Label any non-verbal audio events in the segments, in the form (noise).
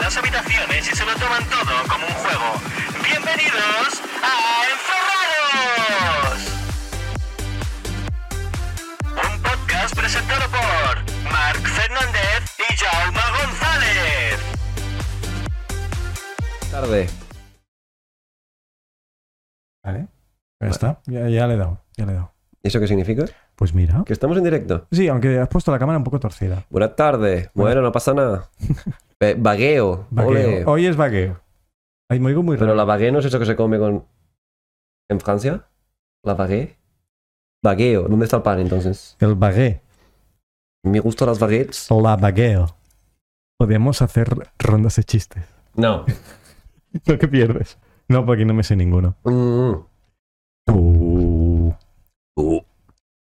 las habitaciones y se lo toman todo como un juego. Bienvenidos a Enferrados. Un podcast presentado por Marc Fernández y Jaume González. Tarde. Vale. Ya está. Ya, ya le he dado. Ya le he dado. ¿Y eso qué significa? Pues mira. Que estamos en directo. Sí, aunque has puesto la cámara un poco torcida. Buenas tardes. Bueno, no pasa (laughs) nada. Eh, Vagueo. Ole. Vaqueo. Hoy es vaqueo. Hay muy muy Pero raro. la bagué no es eso que se come con... ¿En Francia? ¿La bagué? Vagueo. ¿Dónde está el pan entonces? El bagué. ¿Me gustan las baguettes? La vaqueo. Podemos hacer rondas de chistes. (laughs) No. Lo que pierdes. No, porque no me sé ninguno. Mm. Su. Uh.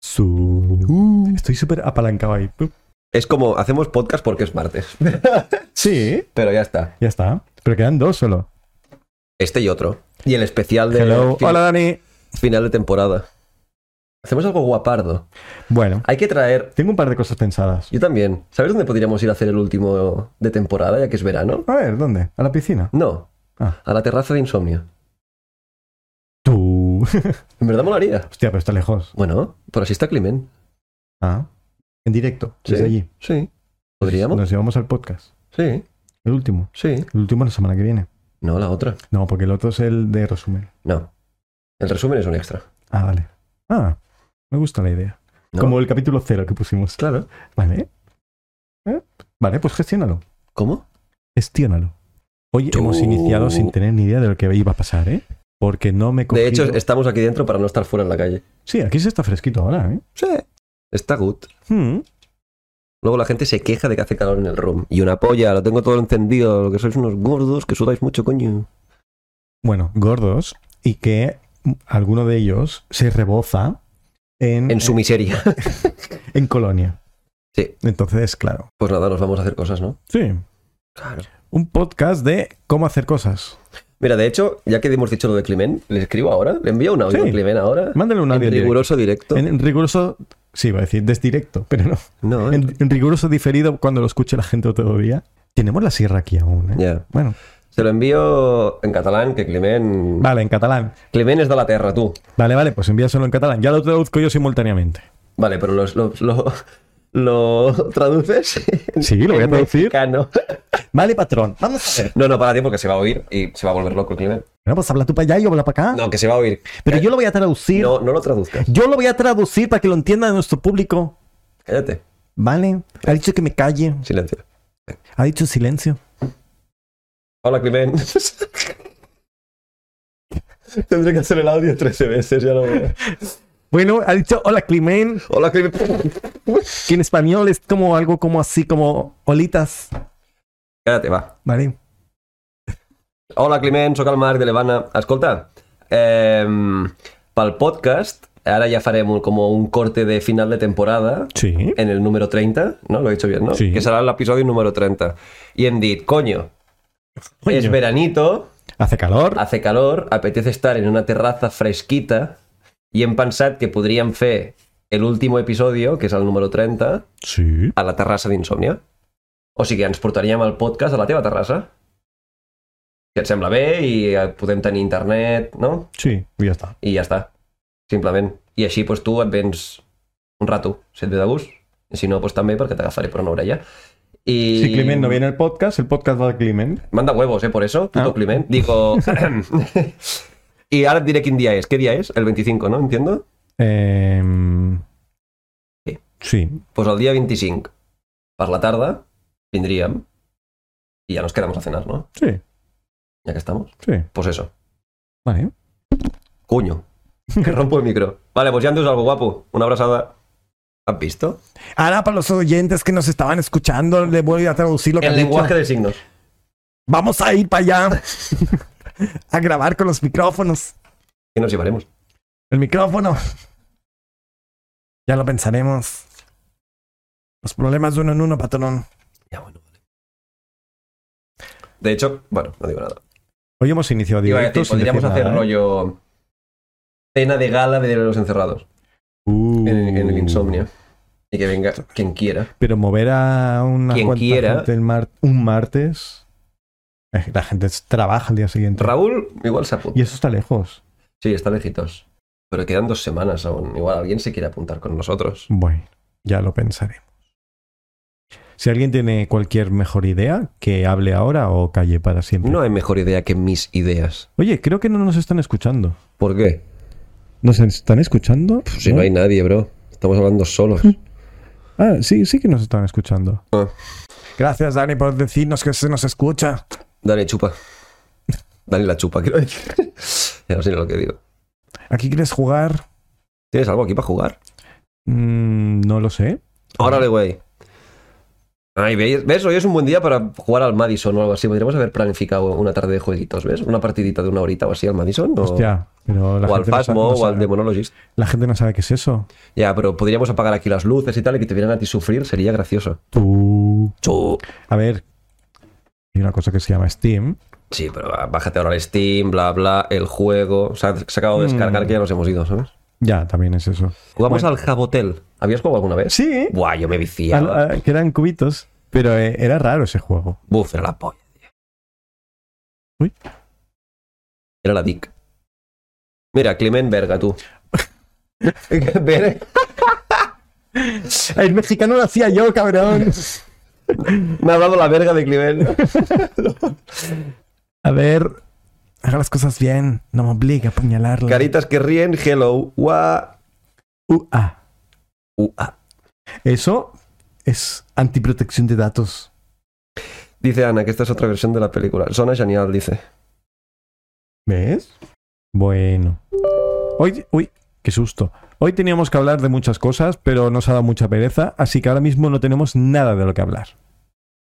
Su. Estoy súper apalancado ahí. Tú. Es como, hacemos podcast porque es martes. Sí. Pero ya está. Ya está. Pero quedan dos solo. Este y otro. Y el especial de Hello. fin- Hola, Dani. final de temporada. Hacemos algo guapardo. Bueno, Hay que traer... tengo un par de cosas pensadas. Yo también. ¿Sabes dónde podríamos ir a hacer el último de temporada, ya que es verano? A ver, ¿dónde? ¿A la piscina? No. Ah. A la terraza de insomnio. Tú. (laughs) En verdad molaría. Hostia, pero está lejos. Bueno, por así está Climent. Ah. En directo, Sí. desde allí. Sí. ¿Podríamos? Nos llevamos al podcast. Sí, El último. sí. El último la semana que viene. No, la otra. No, porque el otro es el de resumen. No. El resumen es un extra. Ah, vale. Ah, me gusta la idea. ¿no? Como el capítulo cero que pusimos. Claro. Vale. Eh, Vale, pues gestiónalo. ¿Cómo? Gestiónalo. Hoy Tú. hemos iniciado sin tener ni idea de lo que iba a pasar, ¿eh? Porque no me he De hecho, cogido- estamos aquí dentro para no estar fuera en la calle. Sí, aquí se está fresquito ahora, ¿eh? Sí. Está good. Hmm. Luego la gente se queja de que hace calor en el room. Y una polla, lo tengo todo encendido. Lo que sois unos gordos que sudáis mucho, coño. Bueno, gordos y que alguno de ellos se reboza en, En su miseria. en Colonia. (laughs) Sí. Entonces, claro. Pues nada, nos vamos a hacer cosas, ¿no? Sí. Claro. Un podcast de cómo hacer cosas. Mira, de hecho, ya que hemos dicho lo de Climent, le escribo ahora. Le envío un audio Sí. a Climent ahora. Mándale un En audio en directo. riguroso directo. En riguroso, sí, iba a decir desdirecto, pero no. No, eh. En, en riguroso diferido cuando lo escuche la gente otro día. Tenemos la sierra aquí aún, ¿eh? Ya. Bueno, Se lo envío en catalán, que Climent... vale, en catalán. Climent és de la terra, tu. Vale, vale, pues envíaselo en catalán. Ya lo traduzco yo simultáneamente. Vale, pero los- lo, lo, lo traduces. en- Sí, lo voy a en traducir. mexicano. Vale, patrón, vamos a ver. No, no, para ti, porque se va a oír y se va a volver loco Climent. Bueno, pues habla tú para allá y yo habla para acá. No, que se va a oír. pero yo lo voy a traducir. No, no lo traduzcas. Yo lo voy a traducir para que lo entienda nuestro público. Cállate. ¿Vale? Ha dicho que me calle. Silencio. Ha dicho silencio. Hola, Climent. (laughs) Tendré que hacer el audio 13 veces, ya lo veo. Bueno, ha dicho hola Climen, Hola, Climent. que en español es como algo como así, como olitas. Cállate, va. Vale. Hola, Climent, sóc el Marc de l'Evana. Escolta, eh, pel podcast, ara ja farem un, com un corte de final de temporada Sí. en el número 30, ¿no? Lo he dicho bien, ¿no? Sí. Que será el episodio número 30. Y en dit, coño, es Ah. veranito, Hace calor. hace calor, apetece estar en una terraza fresquita i hem pensat que podríem fer el último episodio, que és el número 30, Sí. a la terrassa d'Insòmnia. O sigui, ens portaríem el podcast a la teva terrassa. Si et sembla bé i eh, podem tenir internet, no? Sí, ya está. I ja està, simplement. I així doncs, tu et vens un rato, si et ve de gust. I Si no, doncs, també perquè t'agafaré per una orella. I... Si Climen no viene al podcast, el podcast va a Climen. Manda huevos, ¿eh? Por eso, puto Ah. Climent. (laughs) Digo... y ahora diré quién día es. ¿Qué día es? El 25, ¿no? ¿Entiendo? Em, Sí. Sí. Pues el día 25, per la tarda, vindríem y ya nos quedamos a cenar, ¿no? Sí. Ya que estamos. Sí. Pues eso. Vale. Cuño. Que rompo el micro. Vale, pues ya antes algo guapo. Una abrazada. ¿Has visto? Ahora, para los oyentes que nos estaban escuchando, le voy a traducir lo que El han dicho. lenguaje de signos. Vamos a ir para allá (laughs) a grabar con los micrófonos. ¿Qué nos llevaremos? El micrófono. Ya lo pensaremos. Los problemas de uno en uno, patrón. Ya, bueno, vale. De hecho, bueno, no digo nada. Hoy hemos iniciado Iba a directo decir, sin decir podríamos hacer nada, ¿eh? rollo cena de gala de los encerrados. Uh. en, en el insomnio. Y que venga quien quiera. Pero mover a una Quien cuanta quiera. gente el mar- un martes. Eh, La gente trabaja al día siguiente. Raúl igual se apunta. Y eso está lejos. Sí, está lejitos. Pero quedan dos semanas aún. Igual alguien se quiere apuntar con nosotros. Bueno, ya lo pensaremos. Si alguien tiene cualquier mejor idea, que hable ahora o calle para siempre. No hay mejor idea que mis ideas. Oye, creo que no nos están escuchando. ¿Por qué? ¿Nos están escuchando? Pues si no hay nadie, bro. Estamos hablando solos. Ah, sí, sí que nos están escuchando. Ah. Gracias, Dani, por decirnos que se nos escucha. Dani chupa. Dani la chupa, quiero decir. ya no sé ni lo que digo. ¿Aquí quieres jugar? ¿Tienes algo aquí para jugar? Mm, no lo sé. Órale, güey. Ay, ¿veis? ¿ves? Hoy es un buen día para jugar al Madison o algo así. Podríamos haber planificado una tarde de jueguitos, ¿ves? Una partidita de una horita o así al Madison. O, Hostia, pero la o al gente no sa- Phasmo no o al sabe- Demonologist. La gente no sabe qué es eso. Ya, pero podríamos apagar aquí las luces y tal y que te vieran a ti sufrir. Sería gracioso. Tú. Chu. A ver, hay una cosa que se llama Steam. Sí, pero va, bájate ahora el Steam, bla, bla, el juego. O sea, se acaba de Mm. descargar que ya nos hemos ido, ¿sabes? Ya, también es eso. Jugamos al Jabotel. ¿Habías jugado alguna vez? Sí, Buah, yo me al- viciaba. a- que eran cubitos, pero eh, era raro ese juego. Buf, era la polla. tío. Uy. Era la Dick. Mira, Clement Verga, tú. Ver- El mexicano lo hacía yo, cabrón. Me ha hablado la verga de Clement. A ver, haga las cosas bien. No me obliga a apuñalarla. Caritas que ríen, hello. uh, Ua. Uh, ah. Ua. Eso es antiprotección de datos. Dice Ana que esta es otra versión de la película. Zona genial, dice. ¿Ves? Bueno. Hoy, uy, qué susto. Hoy teníamos que hablar de muchas cosas, pero nos ha dado mucha pereza, así que ahora mismo no tenemos nada de lo que hablar.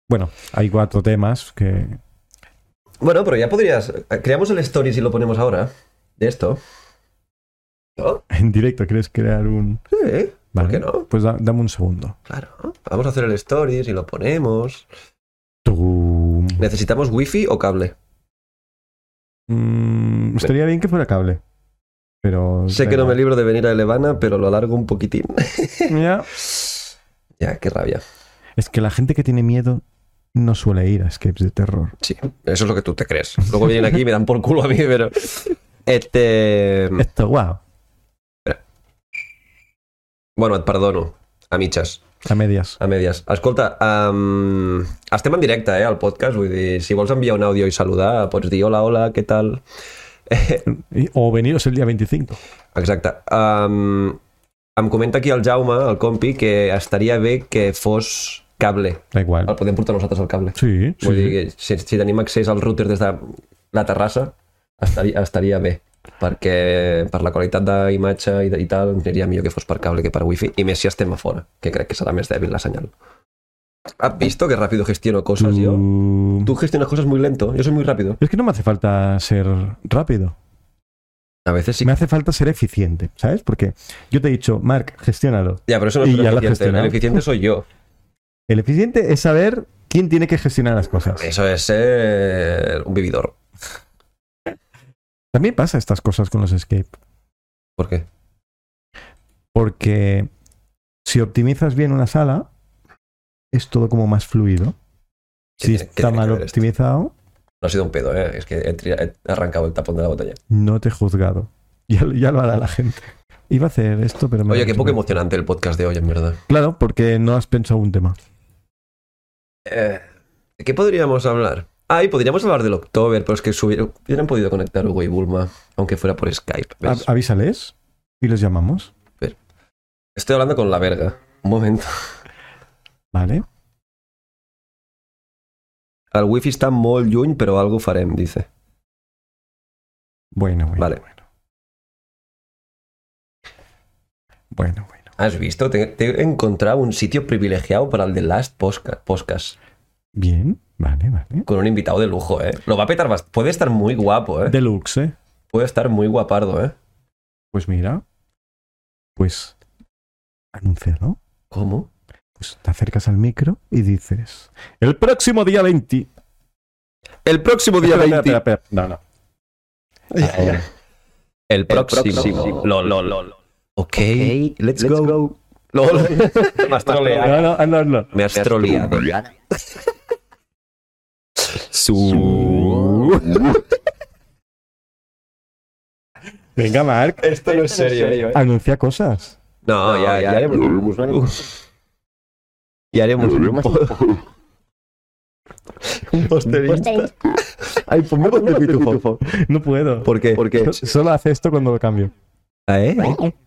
Bueno, hay cuatro temas que... (laughs) Bueno, pero ya podrías. eh, Creamos el stories y lo ponemos ahora. De esto. ¿No? En directo quieres crear un... Sí. ¿Por qué no? Pues da- dame un segundo. Claro. Vamos a hacer el stories y lo ponemos. Tum. ¿Necesitamos wifi o cable? Mm, estaría bien que fuera cable. Pero... Sé que no me libro de venir a Elevana, pero lo alargo un poquitín. Ya. ya, qué rabia. Es que la gente que tiene miedo no suele ir a escapes de terror. Sí, eso es lo que tú te crees. Luego vienen aquí y me dan por culo a mí, pero. Este. Esto, wow. Bueno, et perdono. A mitges, A medias. a medias. Escolta, um, estem en directe, eh, al podcast. Vull dir, si vols enviar un àudio i saludar, pots dir hola, hola, què tal? Y- O veniros el día 25. Exacte. Um, em comenta aquí el Jaume, el compi, que estaria bé que fos cable. Da igual. El podem portar nosaltres al cable. Sí, sí. Vull dir que si, si tenim accés al router des de la terrassa, estaria, estaria bé perquè per la qualitat d'imatge i, de- i tal aniria millor que fos per cable que per wifi i més si estem a fora, que crec que serà més dèbil la senyal. ¿Has visto que rápido gestiono cosas Mm. yo? Tú- Tú gestionas cosas muy lento, yo soy muy rápido. Es que no me hace falta ser rápido. A veces sí. Me hace falta ser eficiente, ¿sabes? Porque yo te he dicho, Mark, gestiónalo. Ya, pero eso no Y es ya lo has eficiente. El gestionado. eficiente soy yo. El eficiente es saber quién tiene que gestionar las cosas. Eso es ser un vividor. También pasa estas cosas con los escape. ¿Por qué? Porque si optimizas bien una sala, es todo como más fluido. ¿Qué Si tiene- qué está tiene que mal ver esto? optimizado, No ha sido un pedo, ¿eh? Es que he, tri- he arrancado el tapón de la botella. no te he juzgado. (laughs) Ya, lo- ya lo hará la gente. Iba a hacer esto, pero pues me Oye, lo he qué hecho. poco emocionante el podcast de hoy, en verdad. Claro, porque no has pensado un tema. Eh, ¿De qué podríamos hablar? Ah, y podríamos hablar del October, pero es que se hubiera- hubieran podido conectar Hugo y Bulma, aunque fuera por Skype. ¿ves? A- Avísales y los llamamos. Estoy hablando con la verga. Un momento. Vale. El wifi està molt lluny, però algo farem, dice. Bueno, bueno. Vale. Bueno, bueno. bueno. ¿Has visto? Te, te he encontrado un sitio privilegiado para el The Last Posca- Podcast. Bien, vale, vale. Con un invitado de lujo, ¿eh? Lo va a petar bastante. Puede estar muy guapo, ¿eh? Deluxe, ¿eh? Puede estar muy guapardo, ¿eh? Pues mira. Pues. Anúncialo. ¿Cómo? Pues te acercas al micro y dices. El próximo día 20. El próximo día Espera, 20. espera, espera, espera. No, no. Ahora. El próximo. LOL, LOL, LOL. Ok, let's, go. (laughs) LOL. Eh, ah, Me has troleado. No, no, hazlo, hazlo. Me has troleado. Su... Venga, Marc, Esto no es serio. eh. anuncia cosas. No, ya, ya haremos, ya haremos un, po- un poster Insta. Ay, pues ponme ponme pitufo. No puedo. ¿Por qué? ¿Por So- Solo hace esto cuando lo cambio. ¿Eh?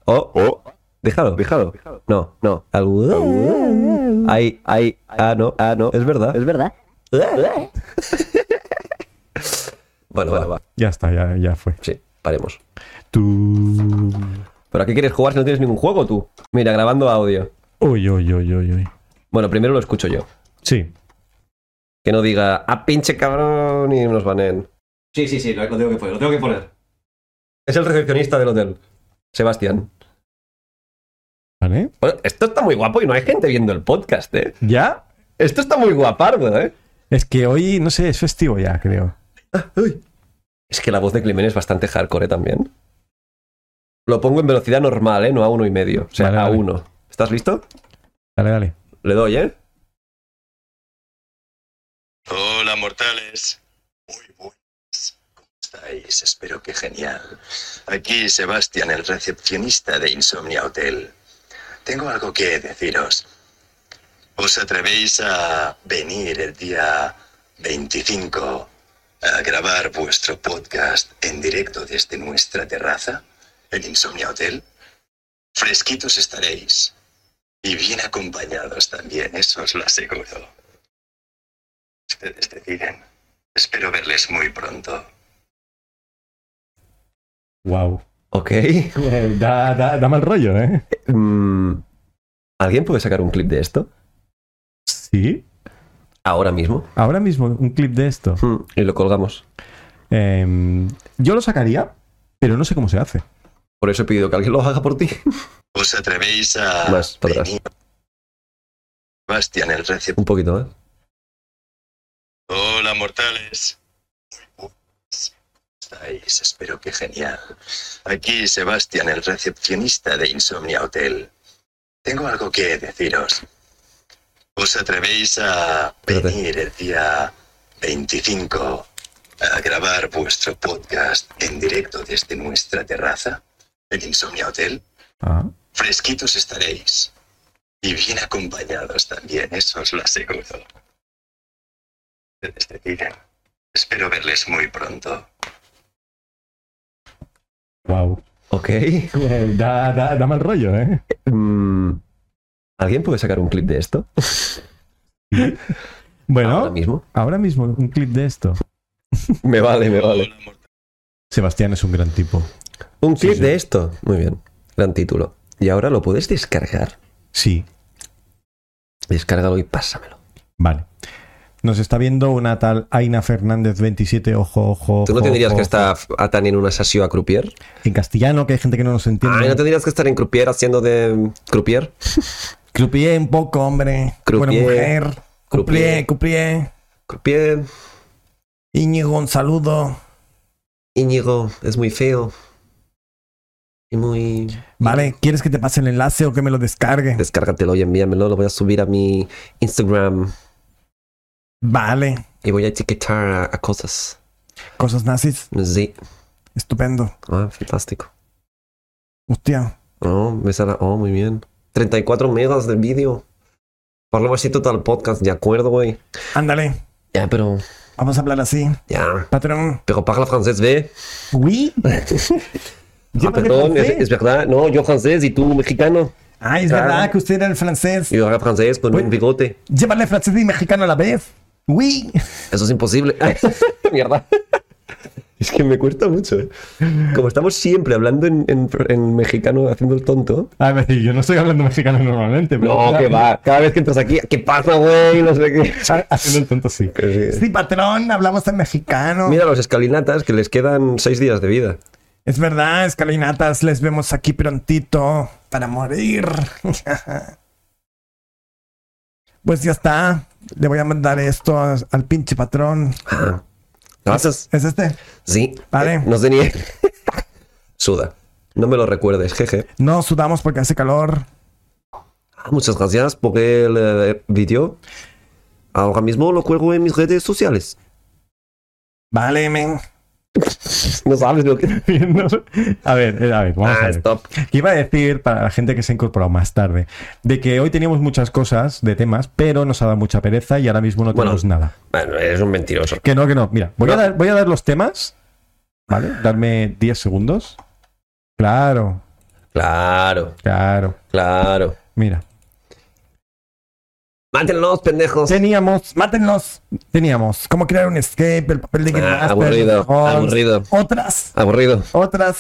Oh, Oh, déjalo, déjalo. No, no. Al- Ay, ay, ah, no, ah, no. Es verdad. (laughs) Es verdad. Bueno, va, va. Ya está, ya, ya fue. Sí, paremos. Tú. ¿Pero a qué quieres jugar si no tienes ningún juego tú? Mira, grabando audio. Uy, uy, uy, uy, uy. Bueno, primero lo escucho yo. Sí. Que no diga, ah, pinche cabrón, y nos banen. Sí, sí, sí, lo tengo que poner, lo tengo que poner. Es el recepcionista del hotel, Sebastián. ¿Vale? Bueno, esto está muy guapo y no hay gente viendo el podcast, ¿eh? ¿Ya? Esto está muy guapardo, ¿eh? Es que hoy, no sé, es festivo ya, creo. Es que la voz de Clemen es bastante hardcore ¿eh? también. Lo pongo en velocidad normal, ¿eh? No a uno y medio, o sea, Vale, a vale. uno. ¿Estás listo? Dale, dale. Le doy, ¿eh? Hola, mortales. Muy buenas. ¿Cómo estáis? Espero que genial. Aquí Sebastián, el recepcionista de Insomnia Hotel. Tengo algo que deciros. ¿Os atrevéis a venir el día 25 a grabar vuestro podcast en directo desde nuestra terraza, el Insomnia Hotel? Fresquitos estaréis. Y bien acompañados también, eso os lo aseguro. Ustedes deciden. Espero verles muy pronto. Wow. Ok. (laughs) Da, da, da mal rollo, ¿eh? Mm, ¿Alguien puede sacar un clip de esto? Sí. Ahora mismo. Ahora mismo, un clip de esto. Mm, Y lo colgamos. Em, yo lo sacaría, pero no sé cómo se hace. Por eso he pedido que alguien lo haga por ti. ¿Os atrevéis a Más, para atrás. venir? Sebastián, el receptor. Un poquito ¿eh? más. Hola, mortales. Muy buenas. Estáis, espero que genial. Aquí Sebastián, el recepcionista de Insomnia Hotel. Tengo algo que deciros. ¿Os atrevéis a Espérate. venir el día 25 a grabar vuestro podcast en directo desde nuestra terraza, el Insomnia Hotel? Ah. Fresquitos estaréis. Y bien acompañados también, eso os lo aseguro. Ustedes deciden. Espero verles muy pronto. (laughs) Wow. Ok. Da, da, da mal rollo, ¿eh? Mm, ¿Alguien puede sacar un clip de esto? Bueno, Ahora mismo. (laughs) ahora mismo, un clip de esto. Me vale, me vale. Hola, mortales. Sebastián es un gran tipo. Un Sí, clip sí. de esto. Muy bien. Gran título. Y ahora lo puedes descargar. Sí, Descárgalo y pásamelo. vale. Nos está viendo una tal Aina Fernández 27, ojo, ojo. ¿Tú no ojo, tendrías ojo, que estar atendiendo una sesión a croupier? En castellano, que hay gente que no nos entiende. Ay, Ah, ¿no tendrías que estar en croupier haciendo de croupier? Croupier un poco, hombre. Croupier. Bueno, mujer. Croupier. Croupier, croupier. Croupier, Íñigo, un saludo. Íñigo, es muy feo. Y muy... Vale, ¿quieres que te pase el enlace o que me lo descargue? Descárgatelo y envíamelo. Lo voy a subir a mi Instagram. Vale. Y voy a etiquetar a, a cosas. Cosas nazis. Sí. Estupendo. Ah, fantástico. Hostia. Oh, me sale- Oh, muy bien. 34 megas de vídeo. Parlo así total podcast, de acuerdo, güey. Ándale. Ya, pero... Vamos a hablar así. Ya. Patrón. Pero parla francés, ve. (laughs) Oui. Ah, perdón, es, es verdad. No, yo francés y tú mexicano. Ay, es Claro. verdad que usted era el francés. Yo era francés con Uy. un bigote. Llévale francés y mexicano a la vez. Oui. Eso es imposible. (laughs) Mierda. Es que me cuesta mucho. ¿eh? Como estamos siempre hablando en, en- en mexicano, haciendo el tonto. A ver, yo no estoy hablando mexicano normalmente, No, que va. Cada vez que entras aquí, ¿qué pasa, güey? No sé qué. Haciendo el tonto sí. Que sí. Sí, patrón, hablamos en mexicano. Mira los escalinatas que les quedan seis días de vida. Es verdad, escalinatas, les vemos aquí prontito para morir. (laughs) pues ya está. Le voy a mandar esto a- al pinche patrón. Ah. Gracias. ¿Es este? Sí. Vale. Eh, No sé ni. (laughs) Suda. No me lo recuerdes, jeje. No sudamos porque hace calor. Ah, Muchas gracias por el eh, vídeo. Ahora mismo lo cuelgo en mis redes sociales. (laughs) Vale, men. No sabes lo que... (laughs) No. A ver, eh, a ver, vamos a Ah, ver. stop. Que iba a decir para la gente que se ha incorporado más tarde, de que hoy teníamos muchas cosas de temas, pero nos ha dado mucha pereza y ahora mismo no Bueno. tenemos nada. Bueno, eres un mentiroso. Que no, que no. Mira, voy, A, No. dar, voy a dar los temas, ¿vale? Darme 10 segundos. Claro, Claro, claro. claro. Mira. Mátenlos, pendejos. Teníamos, mátenlos. Teníamos cómo crear un escape, el papel de Game Ah, Master, aburrido, Holmes, aburrido, Otras, aburrido. otras.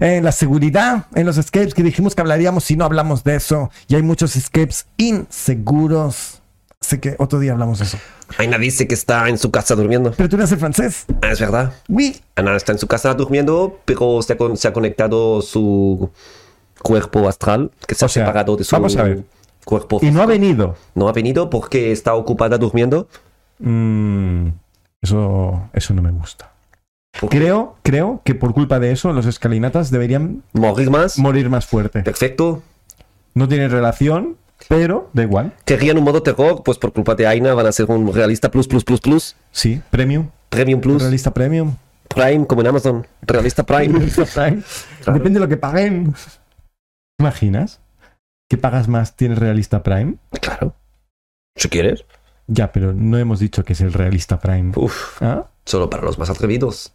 eh, la seguridad en los escapes que dijimos que hablaríamos si no hablamos de eso. Y hay muchos escapes inseguros. Así que otro día hablamos de eso. Aina dice que está en su casa durmiendo. Pero tú eres el francés. Ah, es verdad. Oui. Ana está en su casa durmiendo, pero se ha, con- se ha conectado su cuerpo astral, que se O ha sea, separado de su vamos a ver. cuerpo. Y no ha venido. No ha venido porque está ocupada durmiendo. Mm, eso, eso no me gusta. ¿Por qué? Creo, creo que por culpa de eso los escalinatas deberían Morir más. morir más fuerte. Perfecto. No tienen relación, pero da igual. Querían un modo terror, pues por culpa de Aina van a ser un realista plus, plus, plus, plus. Sí, premium. Premium plus. Realista premium. Prime, como en Amazon. Realista (laughs) Prime. Realista Prime. (laughs) Claro. Depende de lo que paguen. ¿Te imaginas? ¿Qué pagas más tienes realista prime? claro. Si quieres. Ya, pero no hemos dicho que es el realista prime. Uf, ¿Ah? solo para los más atrevidos.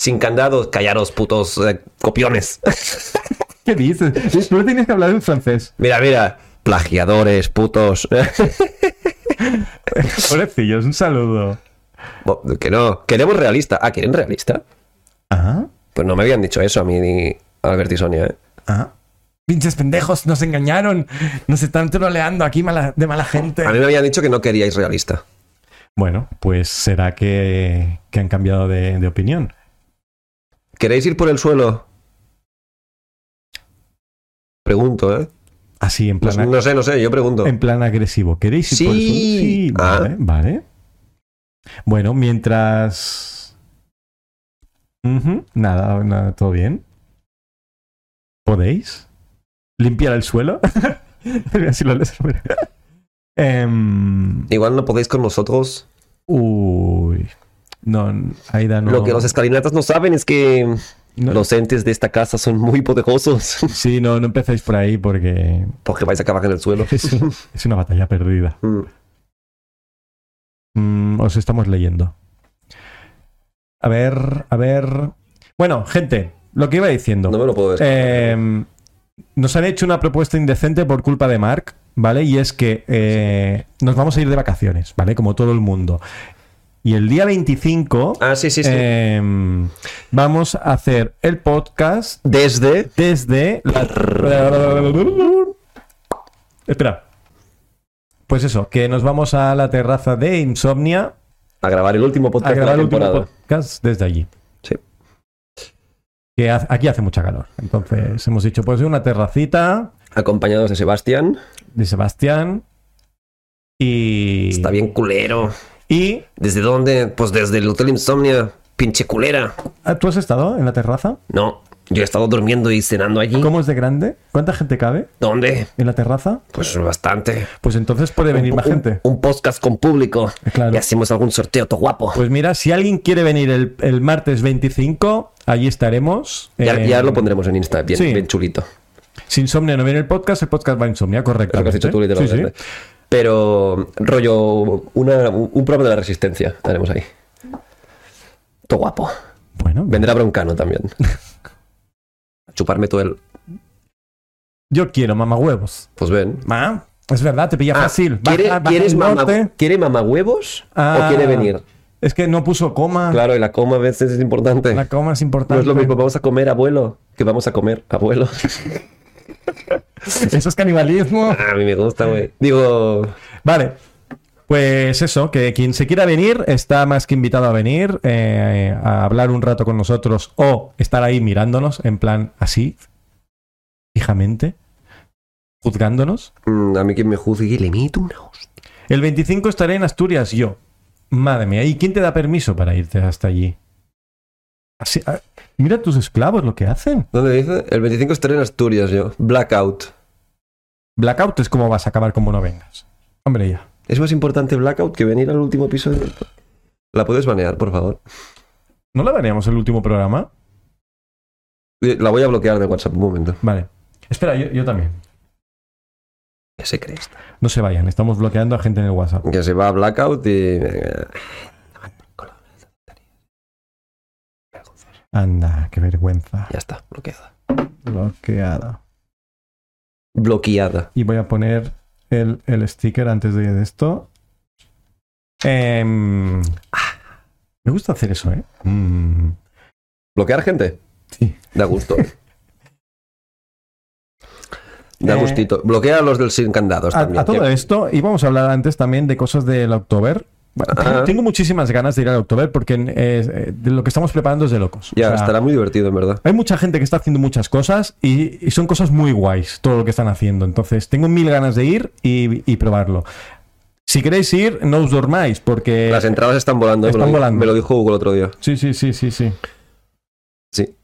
Sin candados, callaros, putos eh, copiones. ¿Qué dices? Tú tenías que hablar en (laughs) francés. Mira, mira. Plagiadores, putos. (laughs) Pobrecillos, un saludo. Bo- Que no, queremos realista. Ah, ¿quieren realista? Ah, Pues no me habían dicho eso a mí ni a Albert y Sonia, ¿eh? ah. Pinches pendejos, nos engañaron. Nos están troleando aquí mala- de mala gente. A mí me habían dicho que no queríais realista. Bueno, pues será que, que han cambiado de, de opinión. ¿Queréis ir por el suelo? Pregunto, ¿eh? Así, en No, plan, no sé, no sé, yo pregunto. en plan agresivo. ¿Queréis ir por el Sí. suelo? Sí, Ah. vale, vale. Bueno, mientras. Ujú, nada, nada, todo bien. ¿Podéis? ¿Limpiar el suelo? (laughs) Mira, si lo lees. Em, Igual no podéis con nosotros. Uy. No, Aida no. Lo que los escalinatas no saben es que no- los entes de esta casa son muy poderosos. (laughs) Sí, no, no empecéis por ahí porque Porque vais a acabar en el suelo. (laughs) es una, es una batalla perdida. Mm. Mm, os estamos leyendo. A ver, a ver. Bueno, gente, lo que iba diciendo. No me lo puedo ver. Eh, nos han hecho una propuesta indecente por culpa de Mark, ¿vale? Y es que eh, nos vamos a ir de vacaciones, ¿vale? Como todo el mundo. Y el día 25 ah, sí, sí, sí. eh, vamos a hacer el podcast Desde. desde la... Espera. Pues eso, que nos vamos a la terraza de Insomnia A grabar el último a podcast de la grabar el último temporada. podcast desde allí. Sí. Que ha- aquí hace mucha calor. Entonces hemos dicho, pues una terracita Acompañados de Sebastián. de Sebastián y... Está bien culero. ¿Y ¿Desde dónde? Pues desde el Hotel Insomnia. Pinche culera. ah, tú has estado en la terraza? No, yo he estado durmiendo y cenando allí. ¿Cómo es de grande? ¿Cuánta gente cabe ¿Dónde? en la terraza? Pues bastante. Pues entonces puede venir un, más un- gente. Eh, Un podcast con público. Claro. Y hacemos algún sorteo, todo guapo. Pues mira, si alguien quiere venir el, el martes 25, allí estaremos. ya, Eh, ya lo pondremos en Insta, bien, sí. bien chulito. Si Insomnia no viene el podcast, el podcast va a Insomnia, Es correcto. lo que has dicho tú, literalmente. Sí, Pero, rollo, una- un programa de la resistencia haremos ahí. Todo guapo. sí. Bueno, Vendrá Broncano (laughs) también. A chuparme todo el. yo quiero mamahuevos. Pues ven. Ma, es verdad, te pilla Ah, fácil. Baja- ¿quiere, baja ¿Quieres el mama, norte. ¿Quiere mamahuevos Ah. o quiere venir? Es que no puso coma. Claro, y la coma a veces es importante. La coma es importante. No es lo mismo, vamos a comer abuelo, que vamos a comer abuelo. (laughs) (laughs) Eso es canibalismo. a mí me gusta, güey. Digo, Vale. Pues eso, que quien se quiera venir está más que invitado a venir eh, a hablar un rato con nosotros o estar ahí mirándonos en plan así, fijamente, juzgándonos. mm, a mí quien me juzgue le meto una hostia. El 25 estaré en Asturias yo. Madre mía, ¿y quién te da permiso para irte hasta allí? Así- ah, mira tus esclavos lo que hacen. ¿Dónde dice? El 25 estaré en Asturias yo. Blackout. Blackout es como vas a acabar como no vengas. Hombre, ya. ¿Es más importante Blackout que venir al último episodio? La puedes banear, por favor. ¿No la daríamos el último programa? La voy a bloquear de WhatsApp un momento. Vale. Espera, yo, yo también. ¿Qué se cree esta? No se vayan, estamos bloqueando a gente en el WhatsApp. Que se va a Blackout y... eh, Anda, qué vergüenza. Ya está, bloqueada. Bloqueada. Bloqueada. Y voy a poner el, el sticker antes de, de esto. Em, me gusta hacer eso, ¿eh? Mm. ¿Bloquear gente? Sí. Da gusto. Da Eh, gustito. Bloquea a los del sin candados pues A, también. a todo esto, íbamos a hablar antes también de cosas del October. Bueno, Ah. Tengo muchísimas ganas de ir al October porque eh, de lo que estamos preparando es de locos. Ya, O sea, estará muy divertido, en verdad. Hay mucha gente que está haciendo muchas cosas y, y son cosas muy guays todo lo que están haciendo. Entonces, tengo mil ganas de ir y, y probarlo. Si queréis ir, no os dormáis porque... Las entradas están volando. eh, me lo están di- volando. Me lo dijo Google otro día. Sí, sí, sí, sí, sí. Sí.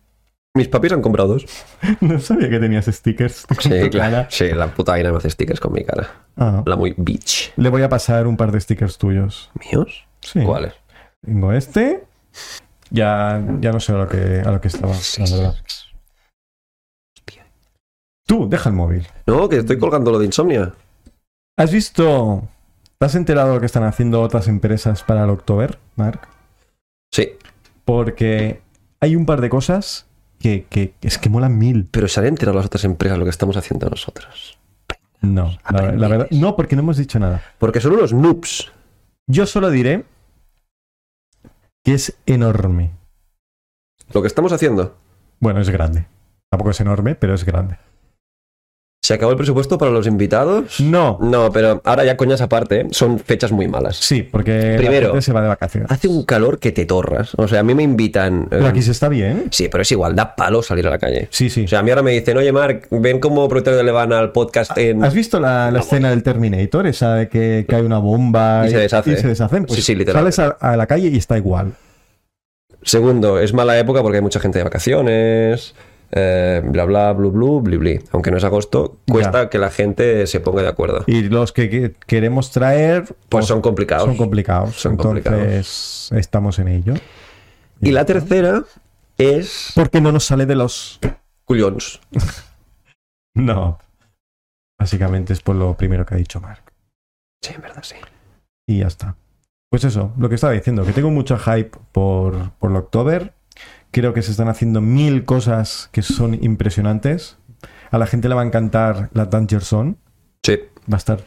Mis papis han comprado dos. (laughs) No sabía que tenías stickers. con (laughs) tu Sí, claro. cara. Sí, la puta Aina me hace stickers con mi cara. Ah, La muy bitch. le voy a pasar un par de stickers tuyos. ¿Míos? Sí. ¿Cuáles? Tengo este. Ya, ya no sé a lo que, a lo que estaba, la verdad. Tú, deja el móvil. No, que estoy colgando lo de Insomnia. ¿Has visto? ¿Te has enterado de lo que están haciendo otras empresas para el October, Mark? Sí, Porque hay un par de cosas que, que- que es que molan mil. pero se han enterado las otras empresas lo que estamos haciendo nosotros. No, la, la verdad. No, porque no hemos dicho nada. Porque son unos noobs. Yo solo diré que es enorme. Lo que estamos haciendo. Bueno, es grande. Tampoco es enorme, pero es grande. ¿Se acabó el presupuesto para los invitados? No. No, pero ahora ya coñas aparte, ¿eh? son fechas muy malas. Sí, porque Primero. la gente se va de vacaciones. Hace un calor que te torras. O sea, a mí me invitan. eh, Pero aquí se está bien. Sí, pero es igual, da palo salir a la calle. Sí, sí. O sea, a mí ahora me dicen, oye, Marc, ven como propietario de Levana al podcast en. ¿Has visto la, la escena del Terminator? Esa de que cae una bomba Y se deshace. se deshacen. Pues Sí, sí, literalmente. Sales a, a la calle y está igual. Segundo, es mala época porque hay mucha gente de vacaciones. eh, bla bla blu blu bli bli. Aunque no es agosto, cuesta que la gente se ponga de acuerdo. Y los que, que queremos traer Pues pues, son complicados. son complicados. Son Entonces estamos en ello. y la tercera es Porque no nos sale de (laughs) los. culions. No. Básicamente es por lo primero que ha dicho Mark. Sí, en verdad, sí. Y ya está. Pues eso, lo que estaba diciendo, que tengo mucho hype por, por el October. Creo que se están haciendo mil cosas que son impresionantes. A la gente le va a encantar la Danger Zone. Sí. Va a estar. Va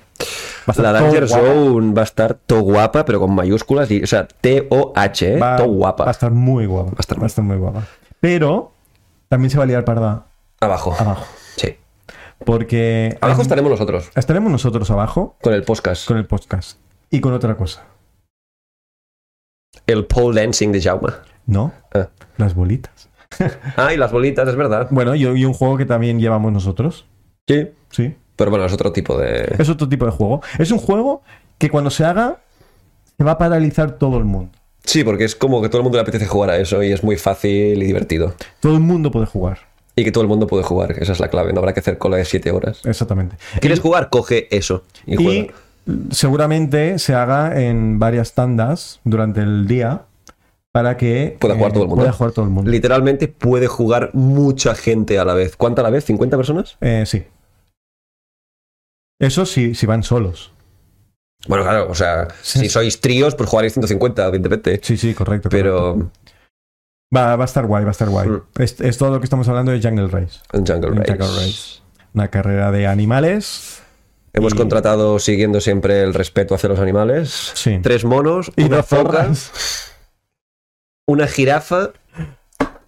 a estar La todo Danger guapa. Zone va a estar to guapa, pero con mayúsculas. Y, o sea, T-O-H, ¿eh? Va, to va a guapa. estar muy guapa. Va a estar- muy guapa. Pero también se va a liar parda Abajo. abajo. Sí. Porque. Abajo hay- estaremos nosotros, estaremos nosotros abajo con el podcast. con el podcast. Y con otra cosa. El pole dancing de Jaume. No. Ah. Las bolitas. Ah, y las bolitas, es verdad. Bueno, y, y un juego que también llevamos nosotros. Sí. Sí. Pero bueno, es otro tipo de. Es otro tipo de juego. Es un juego que cuando se haga se va a paralizar todo el mundo. Sí, porque es como que todo el mundo le apetece jugar a eso y es muy fácil y divertido. Todo el mundo puede jugar. Y que todo el mundo puede jugar, esa es la clave. No habrá que hacer cola de 7 horas. Exactamente. ¿Quieres jugar? Coge eso y Y juega. seguramente se haga en varias tandas durante el día para que eh, Pueda jugar todo el mundo. pueda jugar todo el mundo. Literalmente puede jugar mucha gente a la vez. ¿Cuánta a la vez? ¿50 personas? Eh, sí. Eso sí, si van solos. Bueno, claro, o sea, Sí. si sois tríos, pues jugaréis 150, 20 Sí, sí, correcto. correcto. Pero Va, va a estar guay, va a estar guay. Mm. Es, es todo lo que estamos hablando de Jungle Race. en Jungle En Race. Jungle Race. Una carrera de animales. Hemos Y- contratado, siguiendo siempre el respeto hacia los animales, Sí. tres monos, Y una dos foca, zorras. una jirafa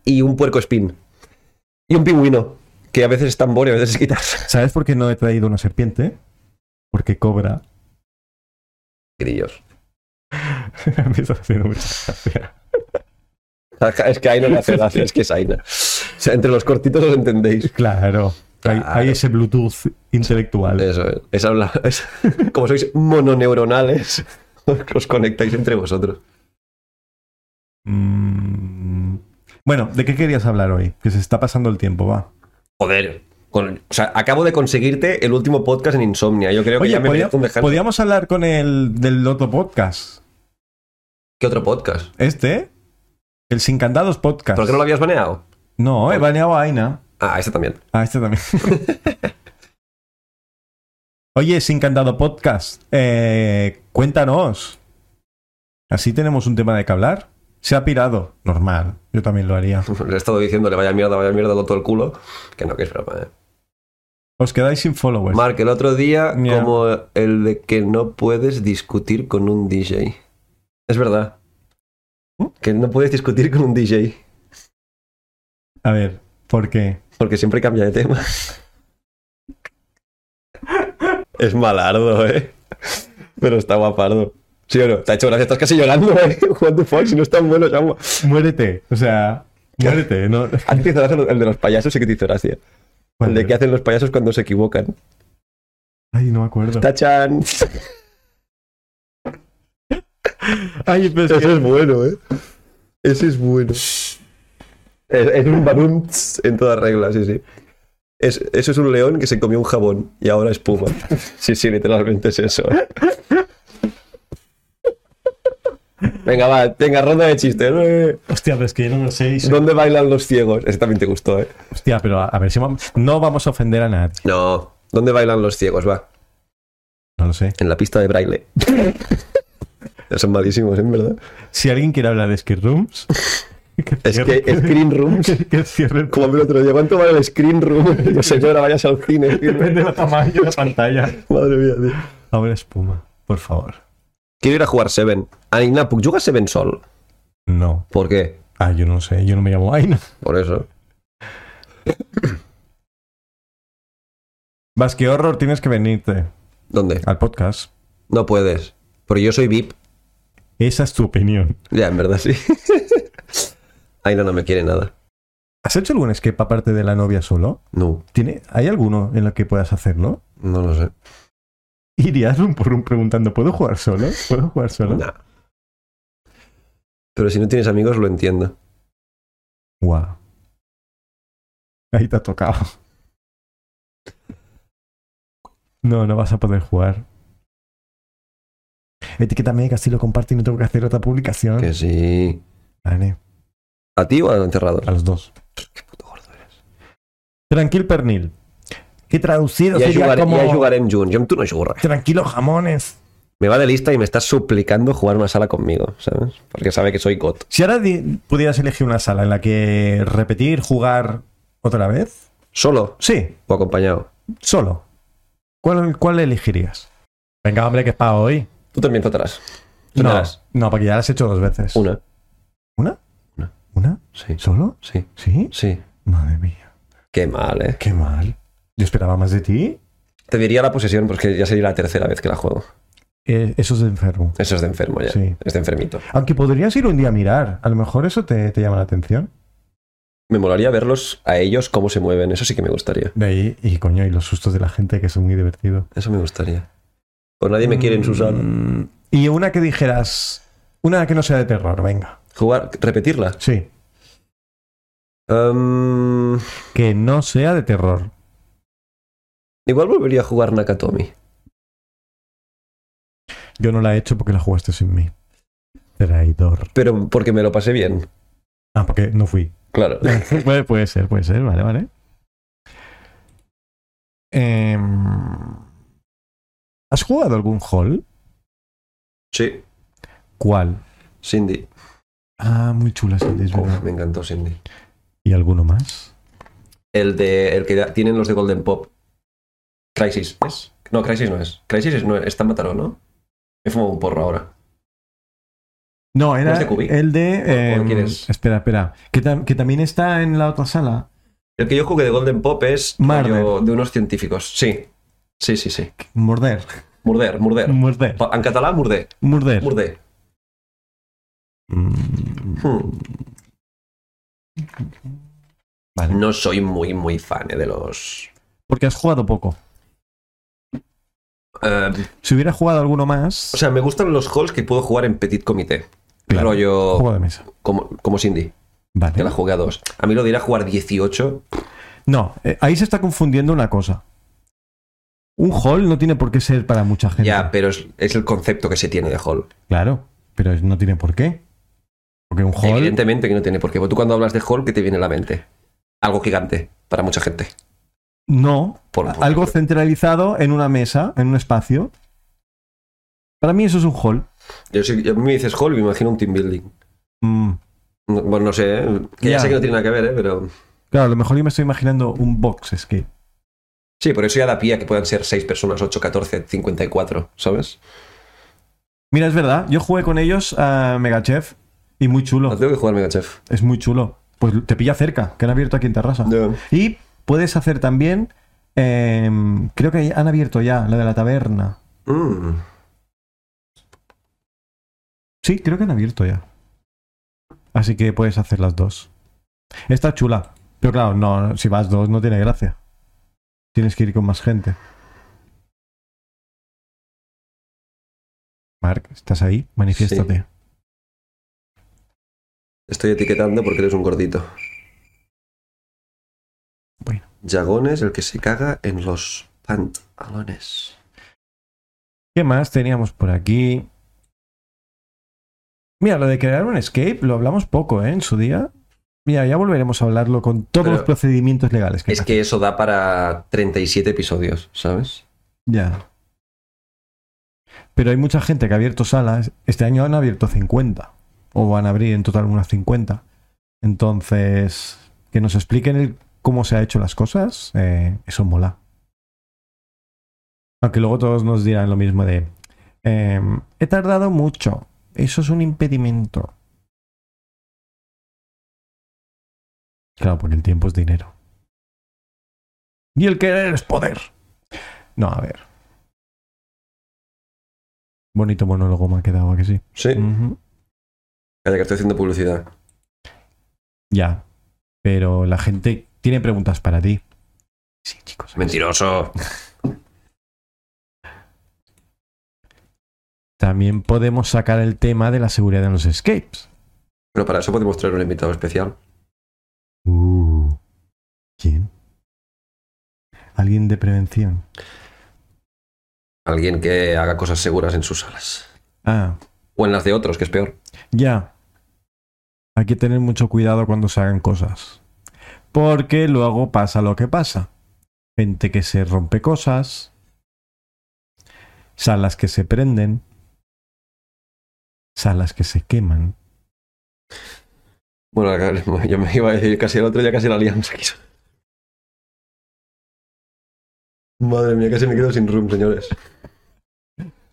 y un puerco espín. Y un pingüino, que a veces es tambor y a veces es (laughs) guitarra. ¿Sabes por qué no he traído una serpiente? Porque cobra. (laughs) Grillos. A mí eso me hace mucha gracia. Es que Aina no hace gracia, es que es Aina. O sea, entre los cortitos os entendéis. Claro. Hay, Claro. Eh. hay ese Bluetooth intelectual. Eso es. es hablar- es- como sois mononeuronales, (laughs) os conectáis entre vosotros. Mm. Bueno, ¿de qué querías hablar hoy? Que se está pasando el tiempo, va. Joder. con- o sea, acabo de conseguirte el último podcast en Insomnia. Yo creo que Oye, ya me podía- merezco un descanso. podíamos hablar con el del otro podcast. ¿Qué otro podcast? ¿Este? El Sin Candados Podcast. ¿Por qué no lo habías baneado? No, he baneado a Aina. Ah, ese también. (laughs) Ah, este también. (laughs) Oye, Sin Candado Podcast, eh, cuéntanos. Así tenemos un tema de que hablar. Se ha pirado. Normal. Yo también lo haría. Le he estado diciéndole vaya mierda, vaya mierda, lo todo el culo. Que no, que es broma, ¿eh? Os quedáis sin followers. Mark, el otro día, Pues- Ya. como el de que no puedes discutir con un DJ. Es verdad. ¿Mm? Que no puedes discutir con un DJ. A ver, ¿por qué? Porque siempre cambia de tema. Es malardo, ¿eh? Pero está guapardo. Sí o no, te ha hecho gracia, estás casi llorando, ¿eh? What the fuck, si no es tan bueno, chamo. Muérete. O sea, muérete. No, (laughs) A ti te hizo gracia el de los payasos, sí que te hizo gracia. El de qué hacen los payasos cuando se equivocan. Ay, no me acuerdo. ¡Tachan! Ay, pero es Ese que- es bueno, ¿eh? Ese es bueno. Es, es un balón en toda regla, sí, sí. Es- eso es un león que se comió un jabón y ahora (laughs) espuma. Sí, sí, literalmente es eso. ¿eh? Venga, va, venga, ronda de chistes. ¿eh? Hostia, pero es que yo no lo sé. y soy- ¿Dónde bailan los ciegos? Ese también te gustó, ¿eh? Hostia, pero a- a ver si vamos- no vamos a ofender a nadie. No. ¿Dónde bailan los ciegos? Va. No lo sé. En la pista de (laughs) braille. Son malísimos, ¿eh? en verdad. Si alguien quiere hablar de Skid Rooms, (laughs) Es que Screen (laughs) Rooms que cierre el (laughs) Como el otro día, ¿cuánto vale el screen (laughs) room? Yo, señora, vayas al (laughs) cine. Depende del tamaño de la pantalla. Madre mía, tío. Ahora espuma, por favor. Quiero ir a jugar Seven. Aina, ¿puc jugar Seven sol? No. ¿Por qué? Ah, yo no sé, yo no me llamo Aina. Por eso. Basque Horror, tienes que venirte ¿Dónde? al podcast. No puedes. Porque yo soy VIP. Esa es tu opinión. Ya, en verdad, sí. (laughs) Aina no me quiere nada. ¿Has hecho algún escape aparte de la novia solo? No, ¿Tiene, ¿Hay alguno en el que puedas hacerlo? no lo sé. Irías un por un preguntando, ¿puedo jugar solo? ¿Puedo jugar solo? Nah. Pero si no tienes amigos, lo entiendo. Guau. Ahí te ha tocado. No, no vas a poder jugar. Etiquétame que así lo comparto y no tengo que hacer otra publicación. Que sí. Vale, ¿A ti o al encerrado? a los dos. Qué puto gordo eres. Tranquil pernil. Que traducido Ja sería jugaré- como... ja jugarem junts. Jo amb tu no jugo res. Tranquilo jamones. Me va de lista y me está suplicando jugar una sala conmigo, ¿sabes? Porque sabe que soy God. Si ahora di- pudieras elegir una sala en la que repetir, jugar otra vez. ¿Solo Sí, o acompañado? solo. ¿Cuál, cuál elegirías? Venga, hombre, que es para hoy. Tú también faltarás. Tú No, tendrás no, porque ya las has hecho dos veces. Una. ¿Una? Sí, ¿Solo? sí, ¿Sí? sí. Madre mía. Qué mal, ¿eh? Qué mal. Yo esperaba más de ti. Te diría la posesión, porque ya sería la tercera vez que la juego. Eh, eso es de enfermo. Eso es de enfermo ya. Sí. Es de enfermito. Aunque podrías ir un día a mirar. A lo mejor eso te, te llama la atención. Me molaría verlos a ellos cómo se mueven. Eso sí que me gustaría. De ahí, y coño, y los sustos de la gente que son muy divertidos. Eso me gustaría. Pues nadie me quiere en su sala. Mm, Y una que dijeras. Una que no sea de terror, venga. Jugar, repetirla. Sí. Em, Que no sea de terror. igual volvería a jugar Nakatomi. Yo no la he hecho porque la jugaste sin mí. Traidor. Pero porque me lo pasé bien. Ah, porque no fui. Claro. (laughs) puede, puede ser, puede ser, vale, vale. Em, ¿Has jugado algún hall? Sí. ¿Cuál? Cindy. Ah, muy chula esa es Uf, verdad. me encantó Cindy. ¿Y alguno más? El de el que da- tienen los de Golden Pop. Crisis, ¿es? No, Crisis no es. Crisis es, no, es tan Mataró, ¿no? Me fumo un porro ahora. No, era ¿No es de Cubic? el de. ¿O- o em, quién es? espera, espera. Que, tam- que también está en la otra sala. El que yo jugué de Golden Pop es Marder. rollo de unos científicos. Sí. Sí, sí, sí. Morder. Murder, murder. Morder. Pa- En catalán, murder. Morder. Murder. Mm, Hmm. Vale. No soy muy, muy fan eh, de los... Porque has jugado poco. Eh, Si hubiera jugado alguno más. o sea, me gustan los halls que puedo jugar en petit comité. Claro. Rollo juego de mesa. como, como Cindy, que Vale. la jugué a dos. A mí lo de ir a jugar 18... No, eh, ahí se está confundiendo una cosa. Un hall no tiene por qué ser para mucha gente. Ya, pero es, es el concepto que se tiene de hall. Claro, pero no tiene por qué. Porque un hall. Evidentemente que no tiene por qué. Tú cuando hablas de hall, ¿qué te viene a la mente? Algo gigante para mucha gente. No. Por- por- Algo centralizado en una mesa, en un espacio. Para mí eso es un hall. Yo, sí- yo- a mí me dices hall, me imagino un team building. Mm. No- bueno, no sé, ¿eh? que ya Ya. sé que no tiene nada que ver, ¿eh? pero Claro, a lo mejor yo me estoy imaginando un box escape. sí, por eso ya da pie a que puedan ser 6 personas, 8, 14, 54, ¿sabes? Mira, es verdad, yo jugué con ellos a Megachef y muy No chulo. Ah, tengo que jugar Mega Chef. Es muy chulo. Pues te pilla cerca, que han abierto aquí en Terrassa. Y puedes hacer también. em, creo que han abierto ya la de la taberna. Mm. Sí, creo que han abierto ya. Así que puedes hacer las dos. Está chula. Pero claro, no, si vas dos no tiene gracia. Tienes que ir con más gente. Mark, ¿estás ahí? Manifiéstate. Estoy etiquetando porque eres un gordito. Bueno. Yagones, el que se caga en los pantalones. ¿Qué más teníamos por aquí? Mira, lo de crear un escape lo hablamos poco, ¿eh? En su día. Mira, ya volveremos a hablarlo con todos Pero- los procedimientos legales que Es hay. que eso da para 37 episodios, ¿sabes? Ya. Pero hay mucha gente que ha abierto salas. Este año han abierto 50. O van a abrir en total unas 50. Entonces, que nos expliquen el- cómo se ha hecho las cosas, eh, eso mola. Aunque luego todos nos dirán lo mismo de... eh, he tardado mucho. Eso es un impedimento. Claro, porque el tiempo es dinero. Y el querer es poder. No, a ver. Bonito monólogo me ha quedado, ¿a que sí? Sí. Calla, que estoy haciendo publicidad. Ya. Pero la gente tiene preguntas para ti. Sí, chicos. Pues Mentiroso. También podemos sacar el tema de la seguridad en los escapes. Pero para eso podemos traer un invitado especial. Uh. ¿Quién? Alguien de prevención. Alguien que haga cosas seguras en sus salas. Ah, O en las de otros, que es peor. ya. Hay que tener mucho cuidado cuando se hagan cosas. Porque luego pasa lo que pasa. Gente que se rompe cosas. Salas que se prenden. Salas que se queman. Bueno, acá- (laughs) yo me iba a decir casi el otro día, casi la liamos aquí. Madre mía, casi me quedo sin room, señores.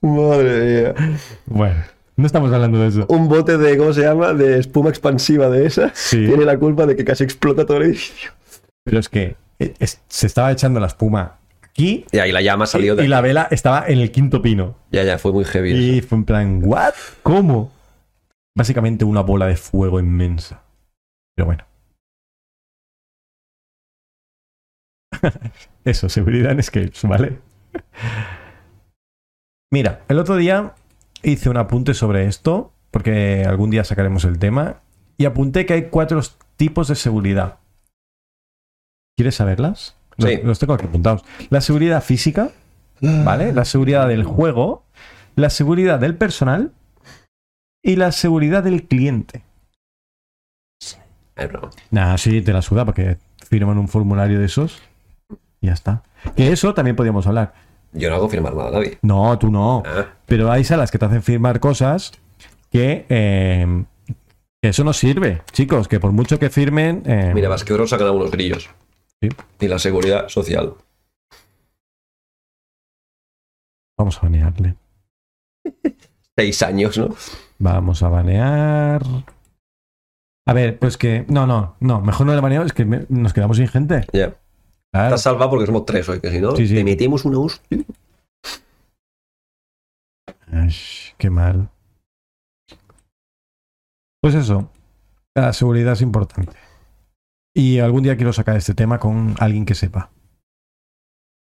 Madre mía. Bueno, no estamos hablando de eso. Un bote de, ¿cómo se llama? De espuma expansiva de esa. Sí, Tiene la culpa de que casi explota todo el edificio. pero es que eh, es- se estaba echando la espuma aquí Y ahí la llama y, salió de... y la vela estaba en el quinto pino. Ya, ya, fue muy heavy. Y fue en plan, ¿what? ¿Cómo? Básicamente una bola de fuego inmensa. Pero bueno. (laughs) Eso, seguridad en escapes, ¿vale? Mira, el otro día hice un apunte sobre esto, porque algún día sacaremos el tema, y apunté que hay cuatro tipos de seguridad. ¿Quieres saberlas? Los- Sí. Los tengo aquí apuntados. La seguridad física, ¿vale? La seguridad del juego, la seguridad del personal y la seguridad del cliente. Ay, no. Nah, sí, te la suda porque firman un formulario de esos y ya está. Que eso también podríamos hablar. Yo no hago firmar nada a nadie. No, tú no. Ah, Pero hay salas que te hacen firmar cosas que, eh, que eso no sirve, chicos, que por mucho que firmen... eh, mira, Vasquedros ha ganado unos grillos. Sí. Y la seguridad social. Vamos a banearle. Seis años, ¿no? Vamos a banear... A ver, pues que... No, no, no. Mejor no le baneo, es que me- nos quedamos sin gente. Ya. Claro. Está salvado porque somos tres hoy, que si no, Sí, sí. te metemos una us. Ash, qué mal. Pues eso, la seguridad es importante. Y algún día quiero sacar este tema con alguien que sepa.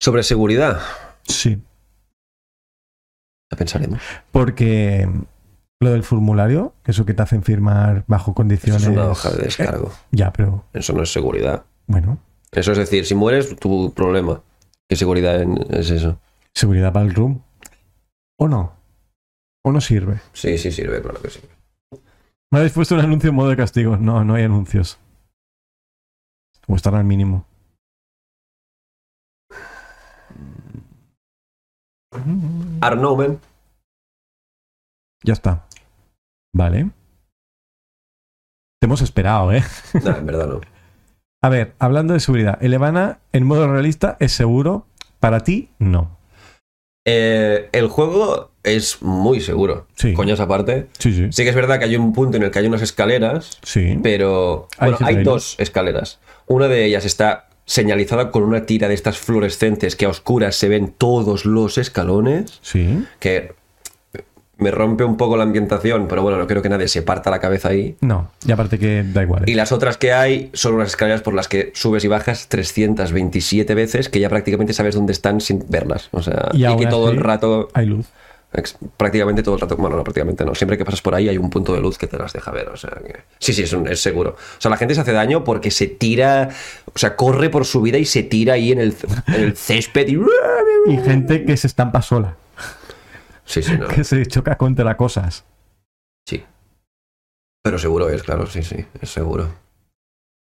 Sobre seguridad. Sí. La pensaremos. Porque lo del formulario, eso que te hacen firmar bajo Eso condiciones. es una hoja de descargo. Ya, pero Eso no es seguridad. bueno, Eso es decir, si mueres, tu problema. ¿Qué seguridad en- es eso? seguridad para el room. ¿O no? ¿O no sirve? Sí, sí sirve, claro que sí. Me habéis puesto un anuncio en modo de castigo. No, no hay anuncios. O están al mínimo. Arnomen. Ya está. Vale. Te hemos esperado, ¿eh? No, en verdad no. (laughs) A ver, hablando de seguridad, el Evana en modo realista es seguro. Para ti, no. Eh, el juego es muy seguro. Sí. Coñas aparte. Sí, sí. Sí que es verdad que hay un punto en el que hay unas escaleras, Sí. pero Hay bueno, hay escaleras. dos escaleras. Una de ellas está señalizada con una tira de estas fluorescentes que a oscuras se ven todos los escalones, Sí. que me rompe un poco la ambientación, pero bueno, no creo que nadie se parta la cabeza ahí. No. Y aparte que da igual. ¿eh? Y las otras que hay son unas escaleras por las que subes y bajas 327 veces, que ya prácticamente sabes dónde están sin verlas. O sea, y, aún que todo así el rato, Hay luz. ex- prácticamente todo el rato, bueno, no, prácticamente no. Siempre que pasas por ahí hay un punto de luz que te las deja ver. O sea, que- sí, sí, es, un- es seguro. O sea, la gente se hace daño porque se tira, o sea, corre por su vida y se tira ahí en el, en el césped y. Y gente que se estampa sola. Sí, sí, no. Que se choca contra cosas. Sí. Pero seguro es, claro, sí, sí, es seguro.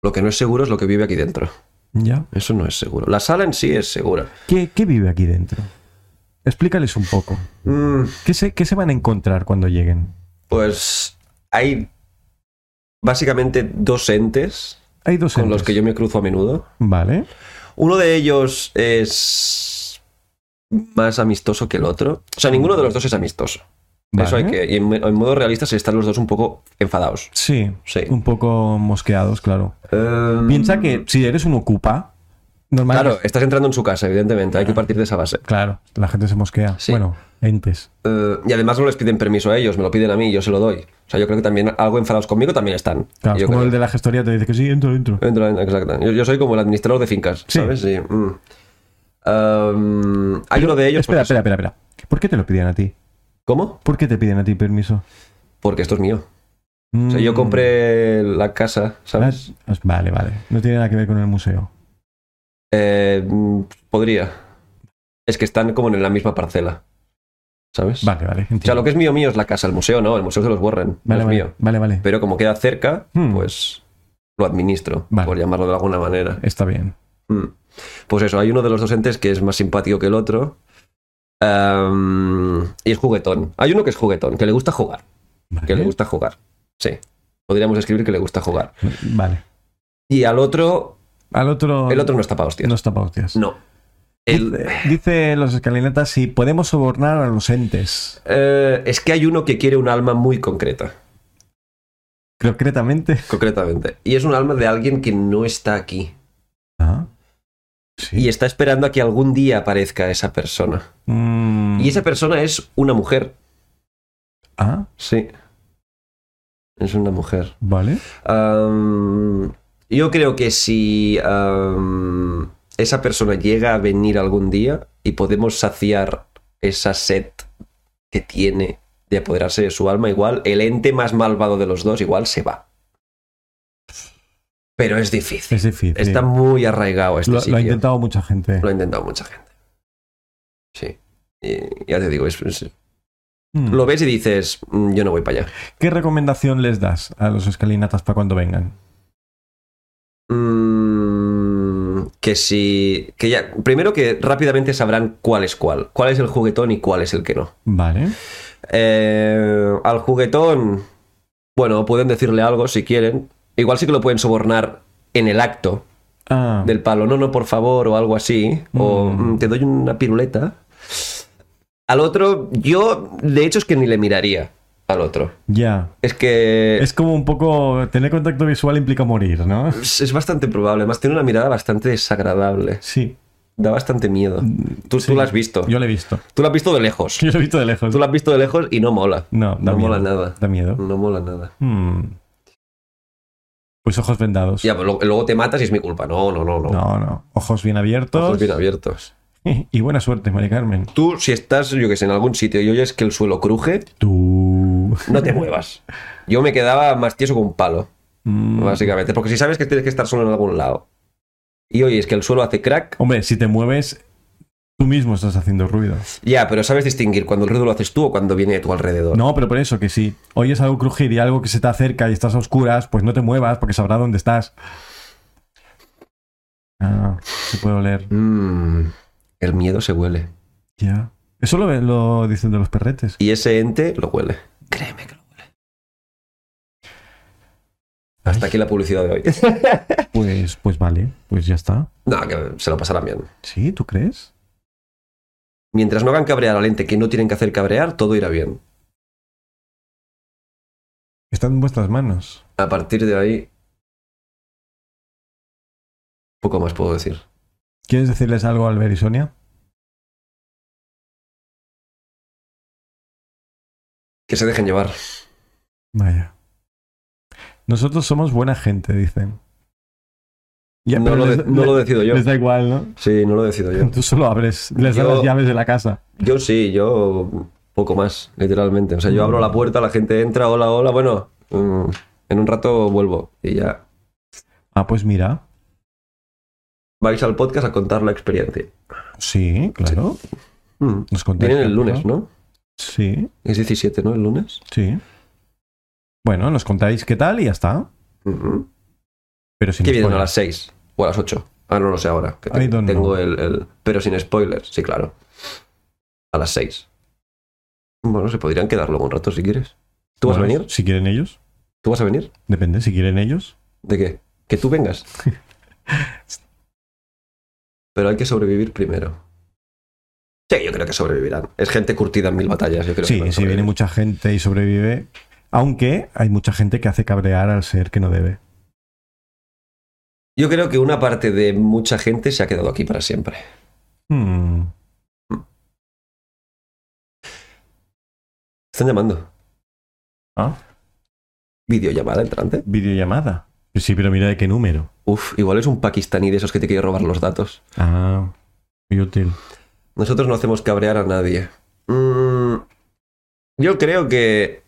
Lo que no es seguro es lo que vive aquí dentro. Ya. Eso no es seguro. La sala en sí es segura. ¿Qué, qué vive aquí dentro? Explícales un poco. Mm, ¿Qué se, qué se van a encontrar cuando lleguen? pues hay básicamente dos entes Hay dos con los entes. que yo me cruzo a menudo. Vale. Uno de ellos es más amistoso que el otro. O sea, ninguno de los dos es amistoso. Eso hay vale. que. Y en, en modo realista se están los dos un poco enfadados. Sí, Sí. un poco mosqueados, claro. Em, Piensa que si eres un ocupa, normal. Claro, estás entrando en su casa, evidentemente. Hay que partir de esa base. Claro, la gente se mosquea. Sí. Bueno, entes. Eh, y además no les piden permiso a ellos, me lo piden a mí, yo se lo doy. O sea, yo creo que también algo enfadados conmigo también están. Claro, es yo, como creo- Eh, el de la gestoría te dice que sí, entro, entro. Entro en- exacto. Yo, yo soy como el administrador de fincas, Sí. ¿sabes? Sí. mm. Um, hay uno de ellos. espera, pues, espera, espera, espera. ¿Por qué te lo piden a ti? ¿Cómo? ¿Por qué te piden a ti permiso? Porque esto es mío. O sea, yo Mm, compré la casa, ¿sabes? ah, Vale, vale. No tiene nada que ver con el museo. Eh, mm, podría. Es que están como en la misma parcela, ¿sabes? Vale, vale. O sea, lo que es mío, mío es la casa, el museo no, el museo se los borren, vale, es vale, mío. Vale, vale. Pero como queda cerca, Hmm. pues lo administro, Vale. por llamarlo de alguna manera. Está bien. Mm. Pues eso, hay uno de los dos entes que es más simpático que el otro. Am, y es juguetón. Hay uno que es juguetón, que le gusta jugar. Que le Vale. gusta jugar. Sí. Podríamos escribir que le gusta jugar. Vale. Y al otro, Al otro. el otro no está para hostias. no está pa' hostias. No. El- Dice- Dice los escalinatas si podemos sobornar a los entes. eh, es que hay uno que quiere un alma muy concreta, Concretamente. concretamente. Y es un alma de alguien que no está aquí. Ah. Sí. Y está esperando a que algún día aparezca esa persona. Mm. Y esa persona es una mujer. Ah, Sí. Es una mujer. vale. Am, yo creo que si am, esa persona llega a venir algún día y podemos saciar esa sed que tiene de apoderarse de su alma, igual el ente más malvado de los dos igual se va. Pero es difícil. Es difícil. Está muy arraigado este lo, sitio. lo ha intentado mucha gente. Lo ha intentado mucha gente. Sí. Y- ya te digo, es- es- Mm. lo ves y dices, "Mm, yo no voy para allá. ¿Qué recomendación les das a los escalinatas para cuando vengan? Mm, que si. Que ya. Primero que rápidamente sabrán cuál es cuál. Cuál es el juguetón y cuál es el que no. Vale. Eh, al juguetón. Bueno, pueden decirle algo si quieren. Igual sí que lo pueden sobornar en el acto Ah, del palo. No, no, por favor, o algo así. O Mm. "Mm, te doy una piruleta. Al otro, yo, de hecho, es que ni le miraría al otro. ya. Es que. Es como un poco. Tener contacto visual implica morir, ¿no? Es, es bastante probable. Además, tiene una mirada bastante desagradable. Sí. Da bastante miedo. Tú, Mm, sí. tú la has visto. Yo lo he visto. (laughs) Tú la has visto de lejos. Yo lo he visto de lejos. Tú la has visto de lejos y no mola. No, da No miedo. mola nada. Da miedo. No mola nada. Hmm. Pues ojos vendados. Ya, pero lo- luego te matas y es mi culpa. No, no, no, no. No, no. Ojos bien abiertos. Ojos (laughs) bien abiertos. Y buena suerte, María Carmen. Tú, si estás, yo que sé, en algún sitio y oyes que el suelo cruje, Tú. no te muevas. Yo me quedaba más tieso con un palo, (laughs) Mm. básicamente. Porque si sabes que tienes que estar solo en algún lado y oyes que el suelo hace crack, Hombre, si te mueves, Tú mismo estás haciendo ruido. Ya, pero sabes distinguir cuando el ruido lo haces tú o cuando viene a tu alrededor. No, pero por eso que si oyes algo crujir y algo que se te acerca y estás a oscuras, pues no te muevas porque sabrá dónde estás. Ah, se puede oler. Mm, el miedo se huele. Ya. Eso lo, lo dicen de los perretes. Y ese ente lo huele. Créeme que lo huele. Hasta aquí la publicidad de hoy. (laughs) Pues, pues vale, pues ya está. No, que se lo pasarán bien. ¿Sí? ¿Tú crees? Mientras no hagan cabrear al ente que no tienen que hacer cabrear, todo irá bien. Está en vuestras manos. A partir de ahí. Poco más puedo decir. ¿Quieres decirles algo a Albert y Sonia? Que se dejen llevar. Vaya. Nosotros somos buena gente, dicen. Ya, no pero lo, de- les- no lo decido yo. les da igual, ¿no? Sí, no lo decido yo. (laughs) Tú solo abres, les Yo- das las llaves de la casa. Yo sí, yo poco más, literalmente. O sea, yo abro la puerta, la gente entra, hola, hola, bueno, mm, en un rato vuelvo y ya. Ah, pues mira. Vais al podcast a contar la experiencia. Sí, claro. Mm. Nos contáis. Vienen el cada lunes, cosa. ¿no? Sí, Es 17, ¿no? El lunes. sí. Bueno, nos contáis qué tal y ya está. Ujú. Pero sin Que vienen a spoiler. las 6 o a las 8. Ah, no lo sé ahora. que te- I don't know. tengo el, el- Pero sin spoilers, sí, claro. A las 6. Bueno, se podrían quedar luego un rato si quieres. ¿Tú vas a Bueno, venir? Si quieren ellos. ¿Tú vas a venir? Depende, si quieren ellos. ¿De qué? Que tú (laughs) vengas. Pero hay que sobrevivir primero. Sí, yo creo que sobrevivirán. Es gente curtida en mil batallas, yo creo. que sí, van a si viene sobrevivir. mucha gente y sobrevive. Aunque hay mucha gente que hace cabrear al ser que no debe. Yo creo que una parte de mucha gente se ha quedado aquí para siempre. Hmm. Están llamando. Ah. Videollamada entrante. Videollamada. Sí, pero mira de qué número. Uf, igual es un pakistaní de esos que te quiere robar los datos. Ah, muy útil. Nosotros no hacemos cabrear a nadie. Mm, yo creo que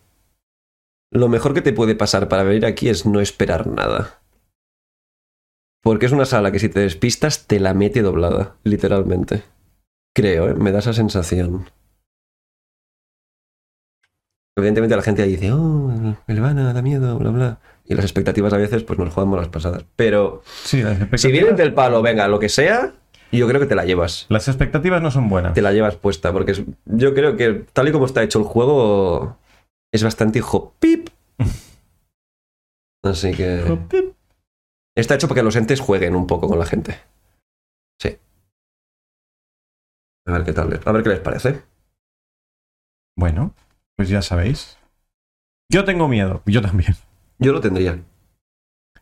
lo mejor que te puede pasar para venir aquí es no esperar nada. Porque es una sala que si te despistas te la mete doblada, literalmente. Creo, ¿eh? me da esa sensación. Evidentemente la gente ahí dice, oh, el vana da miedo, bla, bla. Y las expectativas a veces pues nos jugamos las pasadas. Pero Sí, las expectativas, si vienes del palo, venga, lo que sea, yo creo que te la llevas las expectativas no son buenas. te la llevas puesta, porque es- yo creo que tal y como está hecho el juego, es bastante hijo pip. Así que está hecho para que los entes jueguen un poco con la gente. Sí. A ver qué tal, les- a ver qué les parece. Bueno, pues ya sabéis. Yo tengo miedo, yo también. (laughs) Yo lo tendría.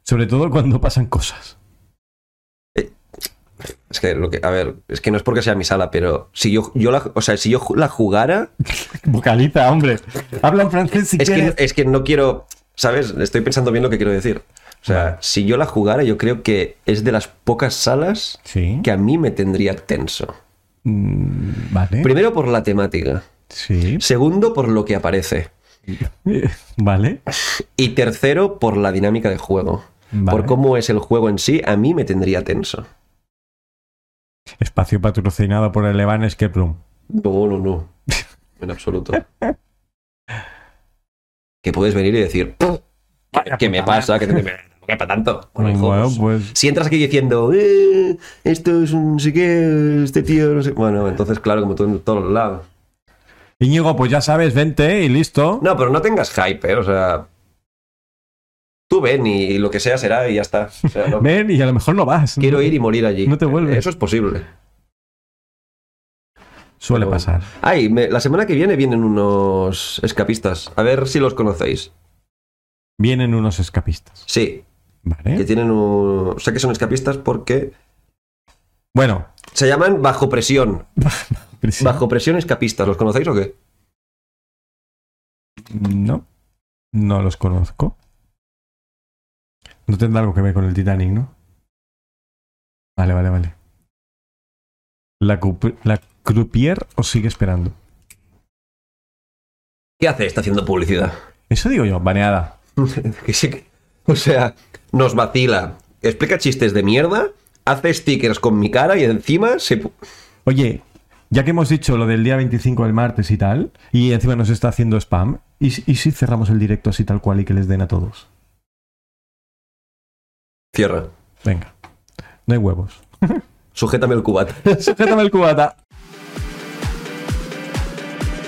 Sobre todo cuando pasan cosas. Es que lo que, a ver, es que no es porque sea mi sala, pero si yo, yo la, o sea, si yo ju- la jugara, Vocaliza, hombre. Habla en francés si es que, quieres. no- es que no quiero, ¿sabes? Estoy pensando bien lo que quiero decir. O sea, si yo la jugara, yo creo que es de las pocas salas Sí. que a mí me tendría tenso. Mm, Vale. Primero por la temática, Sí. (laughs) segundo por lo que aparece Vale. y tercero por la dinámica de juego. Vale. Por cómo es el juego en sí, a mí me tendría tenso. Espacio patrocinado por el Evan Escape Room. No, no, no. En (laughs) absoluto. que puedes venir y decir, "Puf, ¿qué me pasa? ¿Qué te- me- ¿Qué para (laughs) tanto? Bueno, hay Bueno, juegos. pues Si entras aquí diciendo, "Eh, esto es un no sé qué, este tío, no sé. Bueno, entonces, claro, como tú en todos los lados. Íñigo, pues ya sabes, vente y listo. No, pero no tengas hype, ¿eh? O sea. Tú ven y, y lo que sea será y ya está. O sea, (laughs) no- Ven y a lo mejor no vas. quiero ir y morir allí. No te vuelves. Eso es posible. Suele Pero- pasar. Ay, me- la semana que viene vienen unos escapistas. A ver si los conocéis. Vienen unos escapistas. Sí, que Vale. tienen un. Sé que son escapistas porque. Bueno. Se llaman Bajo Presión. Prisi- Bajo Presión Escapistas. ¿Los conocéis o qué? No. No los conozco. No tendrá algo que ver con el Titanic, ¿no? Vale, vale, vale. ¿La, cup- la croupier os sigue esperando? ¿Qué hace? Está haciendo publicidad. Eso digo yo, baneada. Que sí que- o sea, nos vacila. Explica chistes de mierda. Hace stickers con mi cara y encima se. pu- Oye, ya que hemos dicho lo del día 25 del martes y tal, y encima nos está haciendo spam, ¿y, si- y si cerramos el directo así tal cual y que les den a todos? Cierra. Venga, no hay huevos. Sujétame el cubata. Sujétame el cubata.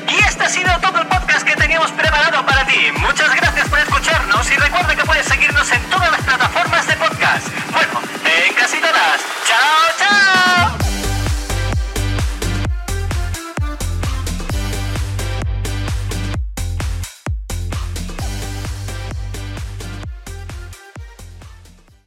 Y este ha sido todo el podcast que teníamos preparado para ti. Muchas gracias.